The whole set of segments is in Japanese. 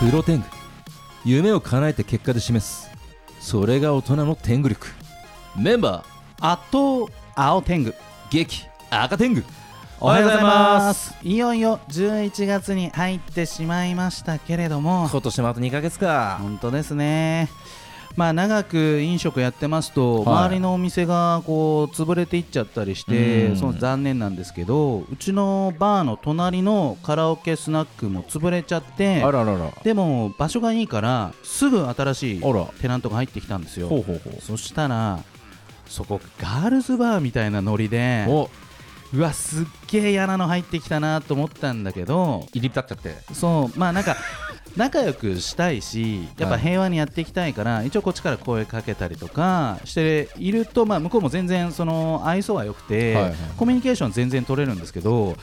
プロテング夢を叶えて結果で示すそれが大人の天狗力メンバーあと青天狗激赤天狗おはようございますいよいよ11月に入ってしまいましたけれども今年もあと2ヶ月か本当ですねまあ長く飲食やってますと、はい周りのお店がこう潰れていっちゃったりして、うんその残念なんですけどうちのバーの隣のカラオケスナックも潰れちゃってあらららでも場所がいいからすぐ新しいあらテナントが入ってきたんですよほうほうほうそしたらそこガールズバーみたいなノリでおうわすっげえ嫌なの入ってきたなと思ったんだけど入り浸っちゃってそうまあなんか 仲良くしたいしやっはぱい平和にやっていきたいから、一応こっちから声かけたりとかしていると、まあ、向こうも全然その愛想は良くて、はいはいコミュニケーション全然取れるんですけど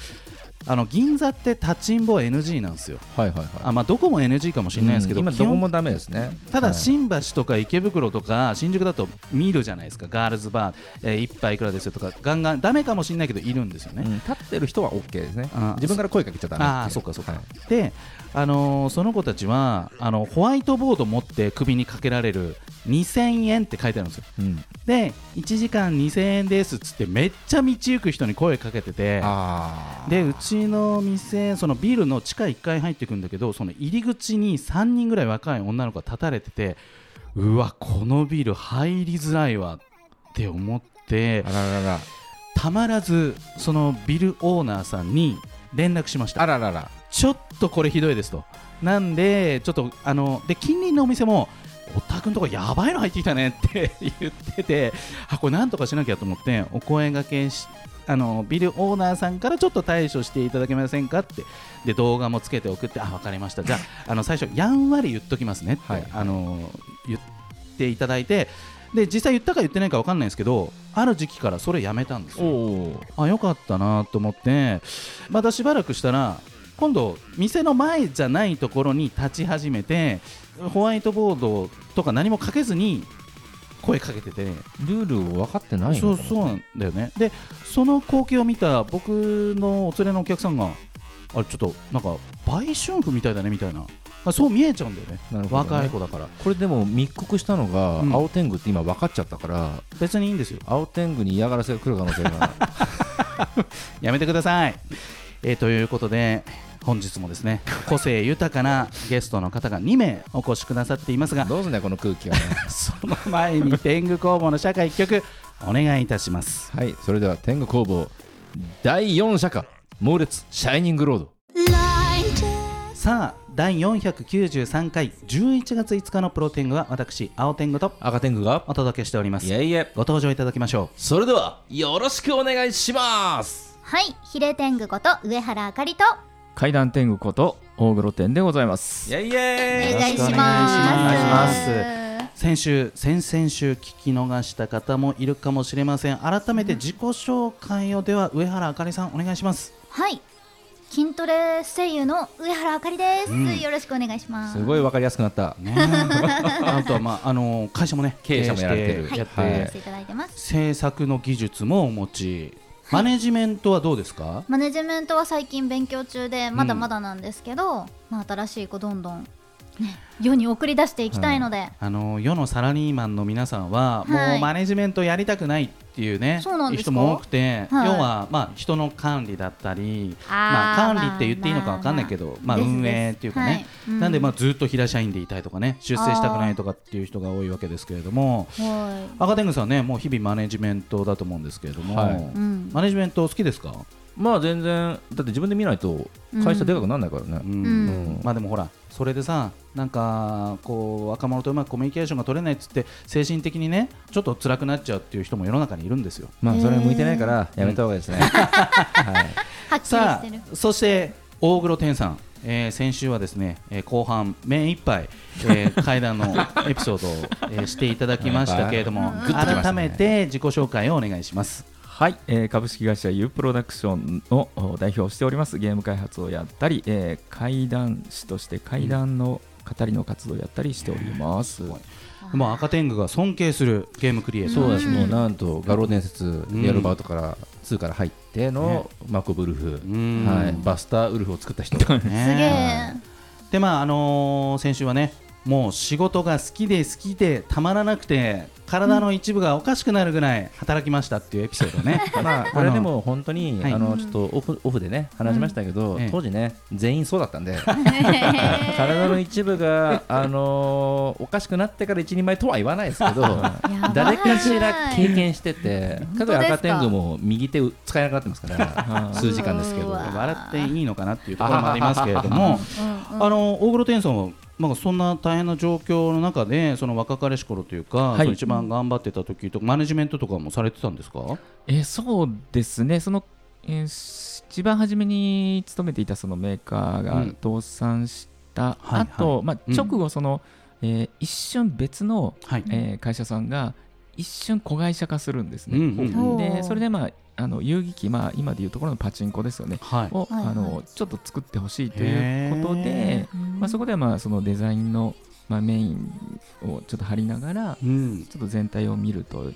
あの銀座って立ちんぼ NG なんですよはいはいはいあ、まあ、どこも NG かもしれないですけど、うん今基ど本こもダメですねただはい新橋とか池袋とか新宿だと見るじゃないですかガールズバー、えー、1杯いくらですよとかガンガンダメかもしれないけどいるんですよね、うん立ってる人は OK ですねあ自分から声かけちゃダメっていああーそうかそうか、はいで、あのーその子たちはあのホワイトボード持って首にかけられる2000円って書いてあるんですようんで1時間2000円ですっつってめっちゃ道行く人に声かけててああでうちの店そのビルの地下1階入ってくんだけどその入り口に3人ぐらい若い女の子が立たれててうわこのビル入りづらいわって思ってあらららたまらずそのビルオーナーさんに連絡しましたあらららちょっとこれひどいですと。なんで、ちょっとあので近隣のお店も、おたくんとこやばいの入ってきたねって 言ってて、あこれなんとかしなきゃと思って、お声がけし、あのビルオーナーさんからちょっと対処していただけませんかって、で動画もつけて送って、あ分かりました、じゃああの最初、やんわり言っときますねって、はいあの言っていただいて、で実際言ったか言ってないか分かんないですけど、ある時期からそれやめたんですよ。おあよかったなと思ってまたしばらくしたら今度店の前じゃないところに立ち始めてホワイトボードとか何もかけずに声かけてて、ルールを分かってないのそうそうなんだよねでその光景を見た僕のお連れのお客さんがあれちょっとなんか売春婦みたいだねみたいな、まあ、そう見えちゃうんだよねなるほどね若い子だからこれでも密告したのが、うん青天狗って今分かっちゃったから別にいいんですよ青天狗に嫌がらせが来る可能性 がやめてください。えーということで本日もですね個性豊かなゲストの方が2名お越しくださっていますがどうすんだよこの空気はねその前に天狗工房の社会一曲お願いいたします。はいそれでは天狗工房第4社か猛烈シャイニングロードさあ第493回11月5日のプロ天狗は私青天狗と赤天狗がお届けしておりますい。えいえご登場いただきましょう。それではよろしくお願いしますはい、ヒレ天狗こと上原あかりと階段天狗こと大黒天でございますいえいおえよろ願しいくしおます。願いしますは先週先々週聞き逃した方もいるかもしれません改めて自己紹介をでは上原あかりさんお願いしますい、筋トレ声優の上原あかりです。うんよろしくお願いします。すごい分かりやすくなったね、あとは、まあ、あの会社もね経営者もやられてるはい、ややっはらてせていただいてます。制作の技術もお持ちマネジメントはどうですかマネジメントは最近勉強中でまだまだなんですけど、まあ新しい子どんどん、ね、世に送り出していきたいので、あの世のサラリーマンの皆さんは、はもういマネジメントやりたくないっていうねそうなんです人かも多くて、はい要は、まあ、人の管理だったりあーまあ、管理まあって言っていいのかわかんないけど、まあです運営っていうかね、ですはいうんなんで、まあ、ずっと平社員でいたいとかね出世したくないとかっていう人が多いわけですけれどもは赤天狗さんはねもう日々マネジメントだと思うんですけれども、はいい、うん、マネジメント好きですか、まあ全然だって自分で見ないと会社でかくなんないからね、うんうんまあでもほらそれでさなんかこう若者とうまくコミュニケーションが取れないっつって精神的にねちょっと辛くなっちゃうっていう人も世の中にいるんですよまあそれ向いてないからやめた方がいいですね、はいはっきりしさてる。あそして大黒天さん、えー先週はですね、えー後半目いっぱい、えー階段のエピソードを、えーしていただきましたけれども、グッときました改ねめて自己紹介をお願いしますはい、えー株式会社 U プロダクションのお代表をしておりますゲーム開発をやったり、えー、怪談師として怪談の語りの活動をやったりしております。まあ赤天狗が尊敬するゲームクリエイターそうだし、うんもうなんと画廊伝説、うんヤルバートから2から入ってのマコブルフ、うんはい、バスターウルフを作 った人、すげねえでまああのー先週はねもう仕事が好きで好きでたまらなくて体の一部がおかしくなるぐらい働きましたっていうエピソード ねまあ、これでも本当に、はいあのちょっとオフオフでね話しましたけど、うんええ当時ね全員そうだったんで 体体の一部が、あのーおかしくなってから一人前とは言わないですけど 誰かしら経験しててか本当ですかつ赤天狗も右手使えなくなってますから数時間ですけうどわ笑っていいのかなっていうところもありますけれどもうんうんあのー大黒天さんはまあそんな大変な状況の中でその若かりし頃というか、はいその一番頑張ってた時とかマネジメントとかもされてたんですか、えーそうですねその、えーし一番初めに勤めていたそのメーカーうがん倒産したはいはい後、まあうん直後その、えー一瞬別の、はいえー会社さんが一瞬子会社化するんですうね、んうんおーでそれでまああの遊戯機、まあ、今でいうところのパチンコですよねはいはを、いはいあのちょっと作ってほしいということへで、まあ、そこではまあそのデザインの、まあ、メインをちょっと張りながらうんちょっと全体を見ると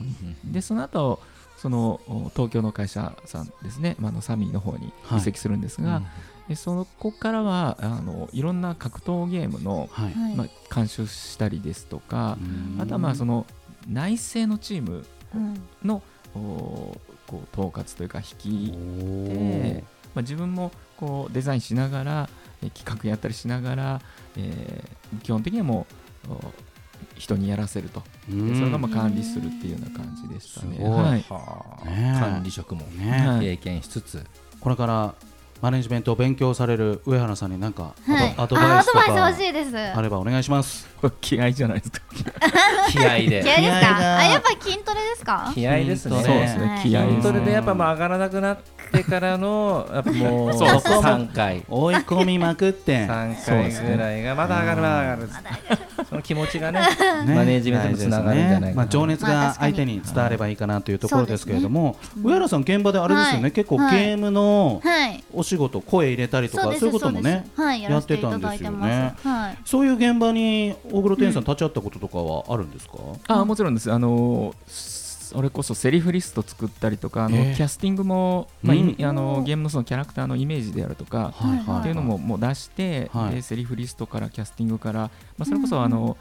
でその後そのお東京の会社さんですね、まあ、あのサミーの方にはい移籍するんですが、でそこからはあのいろんな格闘ゲームの、はいはいまあ、監修したりですとか、うんあとはまあその内政のチームうんのおこう統括というか引き、おーでまあ、自分もこうデザインしながらえー企画やったりしながら、えー基本的にはもうお人にやらせるとうんでそれがまあ管理するっていうような感じでしたね。すごいはいはあねえ管理職もねはい経験しつつ、これからマネジメントを勉強される上原さんに何かアド,、はいアドバイスとあアドバかイス欲しいですあればお願いします。これ気合いじゃないですか。気合いで気合です気合だかあやっぱ筋トレですか気合いですそねうですね気合い筋ですトねレでやっぱまあ上がらなくなってからのやっぱもう そうそうそう3回追い込みまくっ て三そうで回すぐねらいがまだ上がるまだ上がるその気持ちがねねマネージメントにもつながるんじゃないかなまあ、情熱まあが確か相に手に伝わればいいかなというところですけれども、上原さん現場であれですよね、はい結構ゲはいームのはいお仕事声入れたりとか、そうですそういうこともそうねですはいやらせていただいてますやってたんではいそういう現場に大黒天さん立ち会ったこととかはあるんですか、あもちろんです。あのそれこそセリフリスト作ったりとかあの、ええキャスティングも、まあうんいあのゲームのそのキャラクターのイメージであるとはか、いはいっていうのももう出して、はいでセリフリストからキャスティングから、まあ、それこうんそうんあの、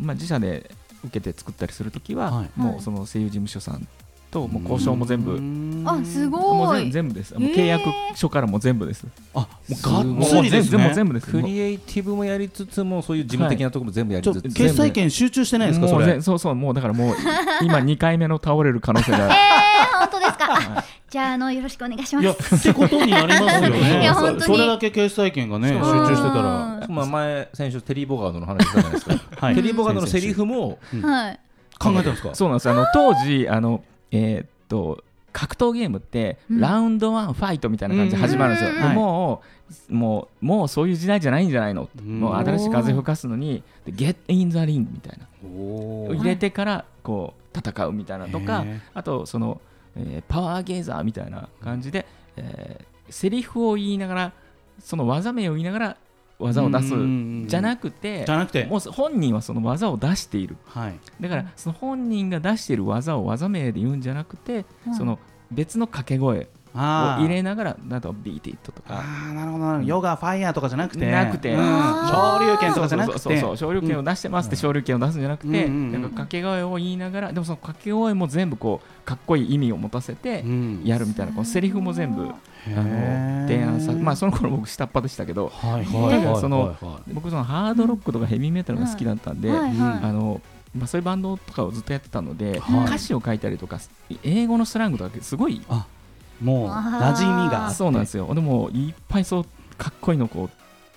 まあ、自社で受けて作ったりするときはは、いもはいうその声優事務所さんともう交渉も全部部あすいもうご全い全部ですもうへえ契約書からも全部ですあもうがっつりですもう全部ねもう全部ですクリエイティブもやりつつもそういう事務的なところも全部やちりょつつ決済権集中してないですかそもうれぜそうそうもうだからもう今2回目の倒れる可能性がえー本当ですかあじゃああのよろしくお願いしまいすやってことになりますよねいや本当にそれだけ決済権がね集しかも中してたらうんまあ前先週テリー・ボガードの話したじゃないですかはいテリー・ボガードのセリフもはい考えたんですかそうなんですあの当時あのえーっと格闘ゲームって、うんラウンドワンファイトみたいな感じで始まるんですよ、うんではいもうもうもうそういう時代じゃないんじゃないの、うんもう新しい風吹かすのに「ゲット・イン・ザ・リング」みたいなおー入れてからこう戦うみたいなとかへーあとその、えーパワーゲーザーみたいな感じで、えーセリフを言いながらその技名を言いながら技を出すうんじゃなくてじゃなくてもう本人はその技を出しているはいだからその本人が出している技を技名で言うんじゃなくて、うんその別の掛け声をあー入れながらなんとビーティットとか。あーなるほどなるほどヨガファイヤーとかじゃなくてなくてうんあー昇竜拳とかじゃなくてそうそうそうそう昇竜拳を出してますって昇竜拳を出すんじゃなくて、うんうんうんなんか掛け声を言いながらでもその掛け声も全部こうかっこいい意味を持たせてうんやるみたいな、このセリフも全部あへーの提案さまあその頃僕下っ端でしたけどはいはいはいはいそのは僕そのハードロックとかヘビーメタルが好きだったんで、はいあはのまあ、そういうバンドとかをずっとやってたので、はい歌詞を書いたりとか英語のスラングとかすごいいもう馴染みがあってそうなんですよでもいっぱいそうかっこいいのをこう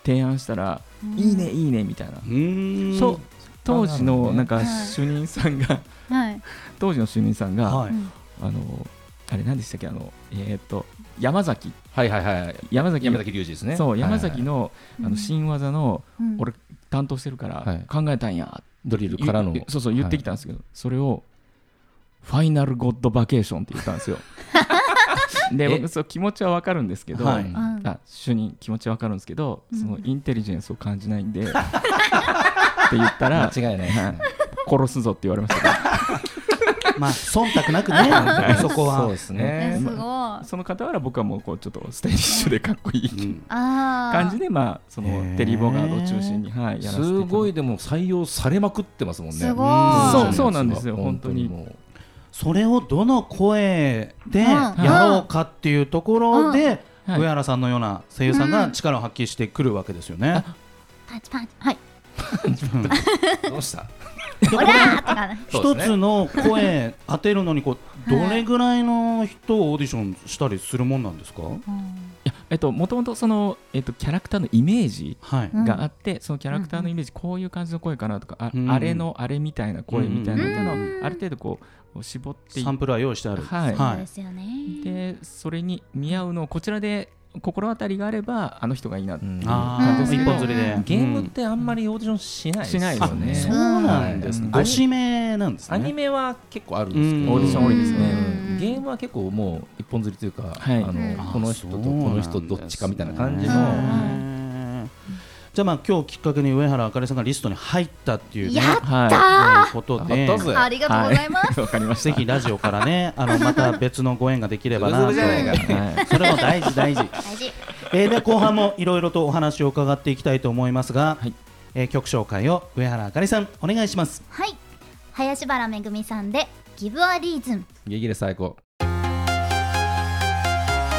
提案したら、うんいいねいいねみたいな、うーんそう当時のあななんるかどね主任さんが、 いはい当時の主任さんが、はいうんあのあれ何でしたっけあのえーっと山崎はいはいはい山崎山崎隆二ですねそうはいはい山崎の,、あうのん新技のうん俺担当してるかはらい考えたんや、ドリルからの言そうそう言ってきたんですけど、それをファイナルゴッドバケーションって言ったんですよでえ僕そう気持ちはわかるんですけど、はいうんあ主任気持ちわかるんですけど、うんそのインテリジェンスを感じないんで って言ったら間違いないですね殺すぞって言われ ましたけまあ忖度な くねそこはそうですえねすごいどその傍ら僕はもうこうちょっとスタイリッシュでかっこいいあ感じでまあそへのーテリー・ボガードを中心に、はい、やらせてすいただごいでも採用されまくってますもんねすごいそうそうなんですよ本当にもうそれをどの声でうんやろうかっていうところではい上原さんのような声優さんが力を発揮してくるわけですよね。パンチパンチはいどうしたオラーとかねそう一ですねつの声当てるのにこう どれぐらいの人をオーディションしたりするもんなんですかいやえっともともとその、えっと、キャラクターのイメージはい、うんがあって、そのキャラクターのイメージ、こういう感じの声かなとか、あうんあれのあれみたいな声みたいなのを、うんある程度こう絞っていっサンプルは用意してある。はいそうですよねでそれに見合うのをこちらで心当たりがあればあの人がいいな、うんあうんー一本釣りでうんゲームってあんまりオーディションしないですよねしないですそようねなんですね。うんご指名なんですね。アニメは結構あるんですけうんどオーディション多いですねうんゲームは結構もう一本釣りというか、はいあうんのこの人とこの人どっちかみたいな感じそうのなんじゃあまあ今日きっかけに上原あかりさんがリストに入ったっていうねやっはたうんことやでったぜありがとうございますい わかりましぜたひラジオからねあのまた別のご縁ができればなズブとズブじゃないかはいそれも大事大事、大事えーで後半もいろいろとお話を伺っていきたいと思いますが、はいえー曲紹介を上原あかりさんお願いしますはい林原めぐみさんでギブアリーズンゲゲレ最高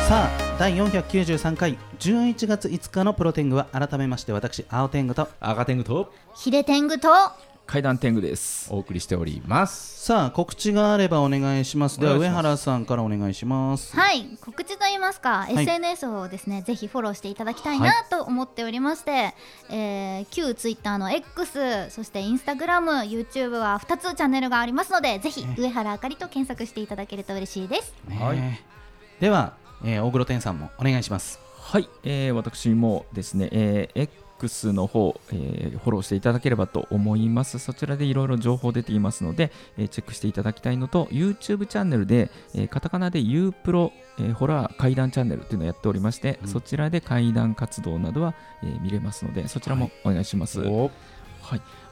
さあ第493回11月5日のプロテングは改めまして私青天狗と赤天狗とヒデ天狗と階段天狗ですお送りしておりますさあ告知があればお願いしますではお願い上します原さんからお願いしますはい告知といいますか、い SNS をですねぜひフォローしていただきたいなと思っておりまして、えー旧 Twitter の X そして InstagramYouTube は2つチャンネルがありますのでぜひ上原あかりと検索していただけると嬉しいですねはいでは、えー大黒天さんもお願いしますはい、えー私もですね、えー X の方、えーフォローしていただければと思います。そちらでいろいろ情報出ていますので、えーチェックしていただきたいのと、YouTube チャンネルで、えーカタカナで U プロ、えーホラー怪談チャンネルというのをやっておりまして、うんそちらで怪談活動などは、えー見れますので、そちらもお願いします。はい、お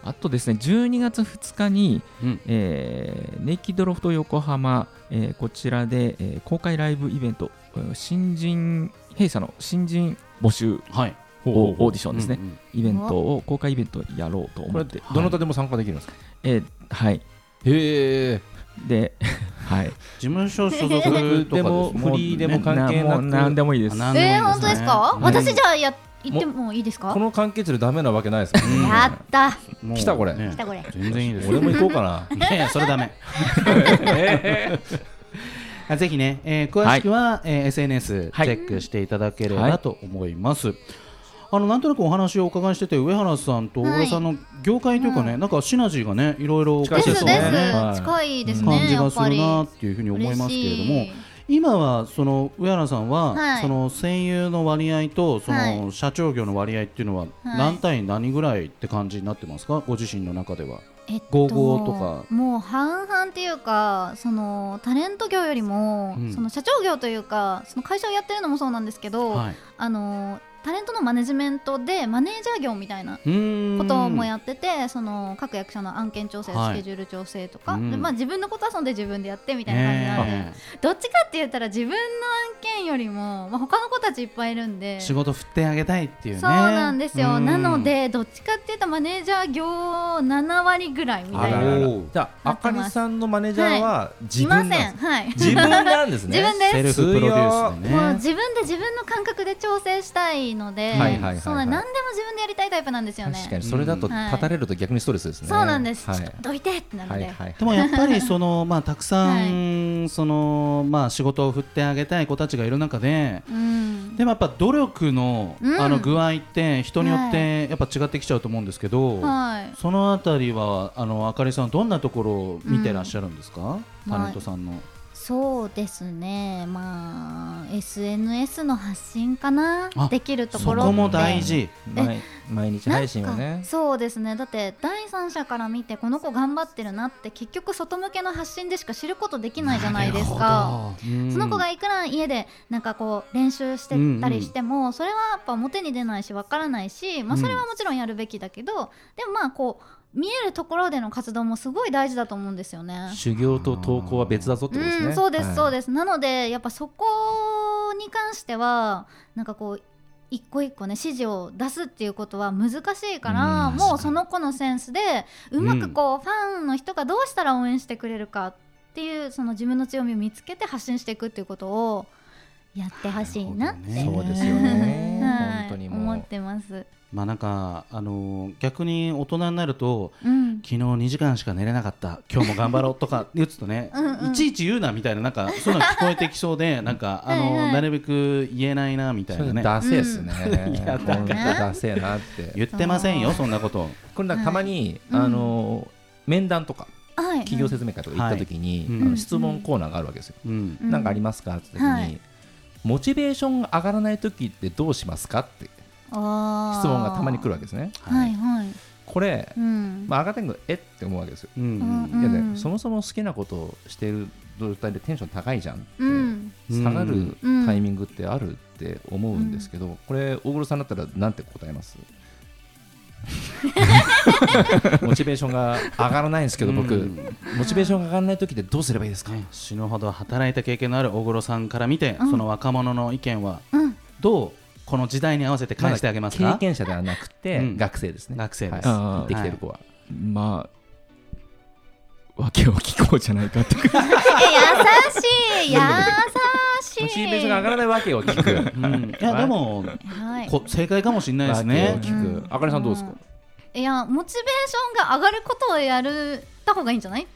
あとですね、12月2日に、うんえーネイキッドロフト横浜、えーこちらで、えー公開ライブイベント、えー新人、弊社の新人募集はいオーディションですね、うんうんイベントを公開イベントをやろうとこ思れっってて、どなたでも参加できるんですか、えーはい、へえで、 はい、事務所所属とかですでもフリーでも関係なもうく何でもいいです。あなんえでー、もいい本当ですか、ね私じゃあや行ってもいいですかこの関係値でダメなわけないですもんねやったもう来たこれね来たこれ全然いいです俺も行こうかな いやいやそれダメあぜひね、えー詳しくは、えー SNS チェはいックしていただけれはばいと思います、あのなんとなくお話をお伺いしてて上原さんと大倉さんの業界というかね、なんかシナジーがねいろいろ近いですです、そうねはい近いですね、感じやがっすぱるりなっていうふうに思いますけれども嬉しい今はその上原さんは、はいその声優の割合とそはのい社長業の割合っていうのは何対何ぐらいって感じになってますかご自身の中では。えっと、 55とかもう半々っていうかそのタレント業よりも、うんその社長業というかその会社をやってるのもそうなんですけど、はい、あのタレントのマネジメントでマネージャー業みたいなうーんこともやっててその各役所の案件調整、はいスケジュール調整とか、うんでまあ、自分のことはそんで自分でやってみたいな感じなんで、ねえどっちかって言ったら自分の案件よりも、まあ、他の子たちいっぱいいるんで。仕事振ってあげたいっていうねそうなんですよ、うんなのでどっちかっていうとマネージャー業7割ぐらいみたあいらなららおうじゃああかりさんのマネージャーは自いま分せなんん。ですはい。自分なんですね自分ですセルフプロデュースでもうね自分で自分の感覚で調整したいので、はいはいはいはいそうなん何でも自分でやりたいタイプなんですよね。確かにそれだとうんはい立たれると逆にストレスですね、そうなんです。はいちょっとどいてってなはるいで、はいでもやっぱりその、まあ、たくさん、そのまあ、仕事を振ってあげたい子たちがいる中でうん。でもやっぱ努力の,、うんあの具合って人によってやっぱ違ってきちゃうと思うんですけど、はい。そのあたりはあのあかりさんどんなところを見てらっしゃるんですか、タレントさんの、そうですねまあ SNS の発信かなあできるとそころこもって大事毎毎日配信はなんねかそうですねだって第三者から見てこの子頑張ってるなって結局外向けの発信でしか知ることできないじゃないですか。なるほどうんその子がいくら家でなんかこう練習してたりしても、それはやっぱ表に出ないしわからないし、まあ、それはもちろんやるべきだけど、でもまあこう見えるところでの活動もすごい大事だと思うんですよね。修行と投稿は別だぞってことですうねん、そうです、そうすです。なので、やっぱそこに関しては、なんかこう。一個一個ね指示を出すっていうことは難しいから、うんもうその子のセンスでうまくこう、ファンの人がどうしたら応援してくれるかっていうその自分の強みを見つけて発信していくっていうことをやってほしいなって、なるそほどうねですよねはい本当にも思っうてます。まあなんかあのー逆に大人になるとうん、昨日2時間しか寝れなかった今日も頑張ろうとか言うとね うんうんいちいち言うなみたいななんかそういうの聞こえてきそう でなんかあのーはいはいなるべく言えないなみたいそなれねダセーっすねうんいやだから本当ダセーなって言ってませんよそんなことこれなんかたまにはいあの面談とかはい、企業説明会とか行った時にはいあの質問コーナーがあるわけですようんうんなんかありますかって時はにいモチベーションが上がらない時ってどうしますかってあー質問がたまに来るわけですねはいはい、これうん、まあ上がってんのえって思うわけですようんうんいやねそもそも好きなことをしてる状態でテンション高いじゃんってうん、下がるタイミングってあるって思うんですけどこれ大黒さんだったらなんて答えます モチベーションが上がらないんですけど僕うんモチベーションが上がらない時ってどうすればいいですかね死ぬほど働いた経験のある大黒さんから見てうんその若者の意見はうん、どうこの時代に合わせて返してあげます経か験者ではなくうてん学生ですね学生ですはいあーできてる子はまあ訳を聞こうじゃないかとか優しい優しいモチベーションが上がらないわけを聞うくんいやでもはいこ正解かもしれないですねわけを聞うんくあかねさんどうですかいやモチベーションが上がることをやるた方がいいんじゃないっ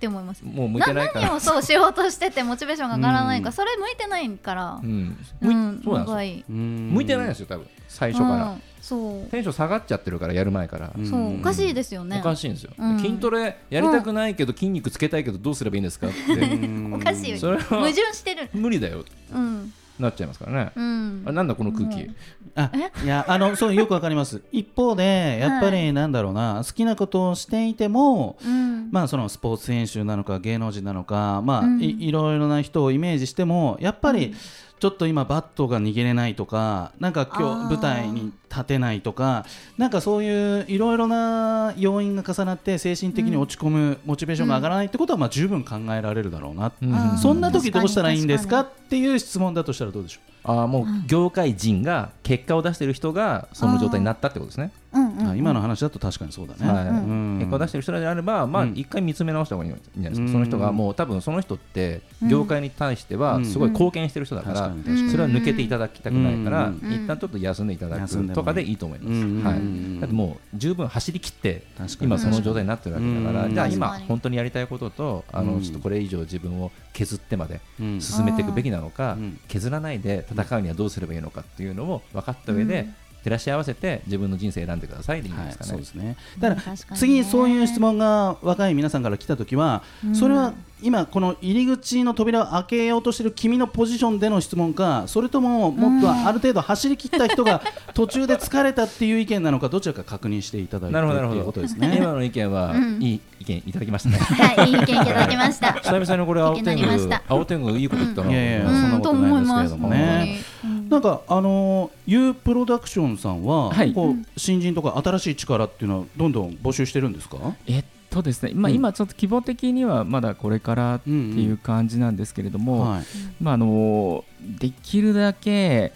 て思いますもう向いてないか何らをそうしようとしててモチベーションが上がらないか、うんそれ向いてないからう、んう向いん、そうなんですよがいい向向いてない んですよ多分最初からうんそう、テンション下がっちゃってるからやる前からうんそうおかしいですよねおかしいんですよ、うん筋トレやりたくないけど筋肉つけたいけどどうすればいいんですかってうんおかしいよそれ矛は盾してる無理だよってうんなっちゃいますからね、うんあなんだこの空気、うんあいやあのそうよくわかります一方でやっぱりなんだろうな、好きなことをしていてもうんまあそのスポーツ選手なのか芸能人なのかまあ、うんいいろいろな人をイメージしてもやっぱりちょっと今バットが握れないとかなんか今あー日舞台に立てないとかなんかそういういろいろな要因が重なって精神的に落ち込む、モチベーションが上がらないってことはまあ十分考えられるだろうな、うんあーそんな時どうしたらいいんですか確っていう質問だとしたらどうでしょああもう業界人が結果を出してる人がその状態になったってことですね、うんう、うんあ今の話だと確かにそうだね、はいうん結果を出してる人であれば、まあうん一回見つめ直した方がいいんじゃないですか、うんその人がもう多分その人ってうん業界に対してはすごい貢献してる人だから、うん確かに確かにそれは抜けていただきたくないから、うんうん一旦ちょっと休んでいただ休んくでもねとかでいいと思います、うんはいうんだってもう十分走り切って確かに今その状態になってるわけだから、うんじゃあ確今かに本当にやりたいこととあうのんちょっとこれ以上自分を削ってまでうん進めていくべきなのか、うん削らないで戦うにはどうすればいいのかっていうのを分かった上うでん照らし合わせて自分の人生選んでくださいでいいんじゃはないい、ですそかうねで。すね。だから確かにね次そういう質問が若い皆さんから来た時は、うんそれは今この入り口の扉を開けようとしてる君のポジションでの質問か、それとももっとある程度走り切った人 が途中で疲れたっていう意見なのかどちらか確認していただいてなるほどなるというほことどですね。今の意見はうんいい意見いただきましたね。はいいい意見いただき ました久々にこれ青意見に天なりまし狗た青天狗いいこと言ったな。いやいやうんそんなことないですけれどもね。うんと思います本当にうんなんかあの U プロダクションさんは、はいこう新人とか新しい力っていうのはどんどん募集してるんですか？えっとですね、まあ、うん今ちょっと規模的にはまだこれからっていう感じなんですけれども、はい。まあ、あのできるだけ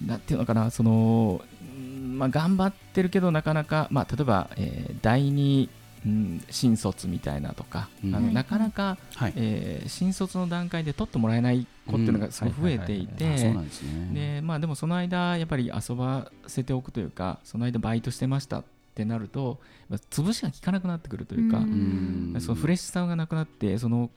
うんなんていうのかなその、うんまあ、頑張ってるけどなかなか、まあ、例えば、えー第二、うん、新卒みたいなとか、うんあはのいなかなか、はい。えー新卒の段階で取ってもらえない子っていうのがすごく増えていて。あそうなんですね。でまあ、でもその間やっぱり遊ばせておくというかその間バイトしてましたってなるとまあ潰しが効かなくなってくるというかう、んそのフレッシュさがなくなってその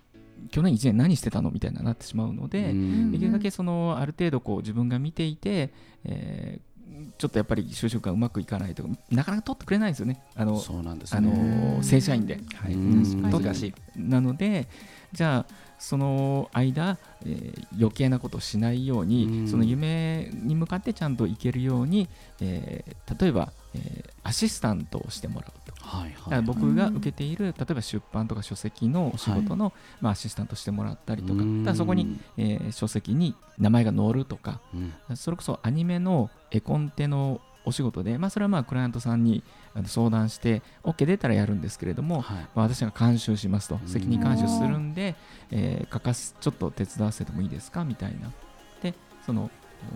去年1年何してたのみたいななってしまうので、うんできるだけそのある程度こう自分が見ていて、えーちょっとやっぱり就職がうまくいかないとかなかなか取ってくれないんですよねあのそうなんですね。あのー正社員で。はいうん難しい。なのでじゃあその間、えー余計なことをしないように、うんその夢に向かってちゃんと行けるように、えー例えば、えーアシスタントをしてもらうとかはいだかはらい僕が受けている、例えば出版とか書籍のお仕事の、まあ、アシスタントしてもらったりとかただそこに、、えー書籍に名前が載るとかうんそれこそアニメの絵コンテのお仕事で、まあ、それはまあクライアントさんにあの相談して OK 出たらやるんですけれども、はいまあ、私が監修しますとうん責任監修するんで、えー書かすちょっと手伝わせてもいいですかみたいなでその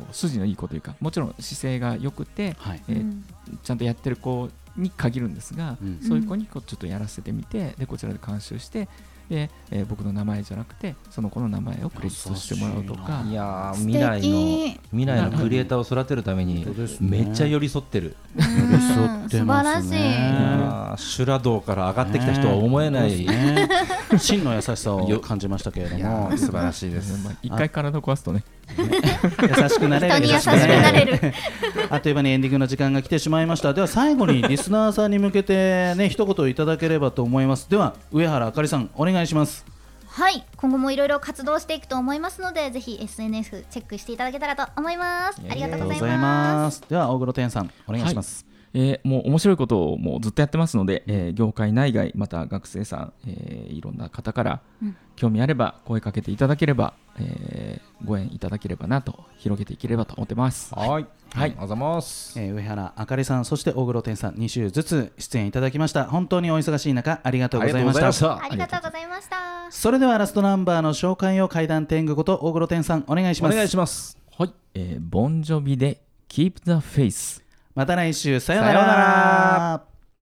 お筋のいい子というかもちろん姿勢が良くてはいえーちゃんとやってる子に限るんですが、うんそういう子にこうちょっとやらせてみてでこちらで監修してで、えー僕の名前じゃなくてその子の名前をクレジットしてもらうとかいやー素敵未来の未来のクリエイターを育てるために本当ですねめっちゃ寄り添ってる、うん寄り添って素晴まらすしねいい。やー修羅道から上がってきた人は思えない、ねえ真の優しさを感じましたけれどいやもー素晴らしいですまあ一回体壊すとね優しくなれる人に優しくなれる。 あっという間にエンディングの時間が来てしまいましたでは最後にリスナーさんに向けてね一言いただければと思いますでは上原あかりさんお願いしますはい、今後もいろいろ活動していくと思いますので、ぜひ SNS チェックしていただけたらと思います。ありがとうございます。すでは大黒天さんお願いします、えーもう面白いことをもうずっとやってますので、えー業界内外また学生さん、えーいろんな方からうん興味あれば声かけていただければ、えーご縁いただければなと広げていければと思ってます。はいはいありがとうございますえー上原あかりさんそして大黒天さん2週ずつ出演いただきました本当にお忙しい中ありがとうございましたたありがとうございました。それではラストナンバーの紹介を階段天狗こと大黒天さんお願いしおます願いしますはい、えーボンジョビで Keep the Face。また来週さようさようななら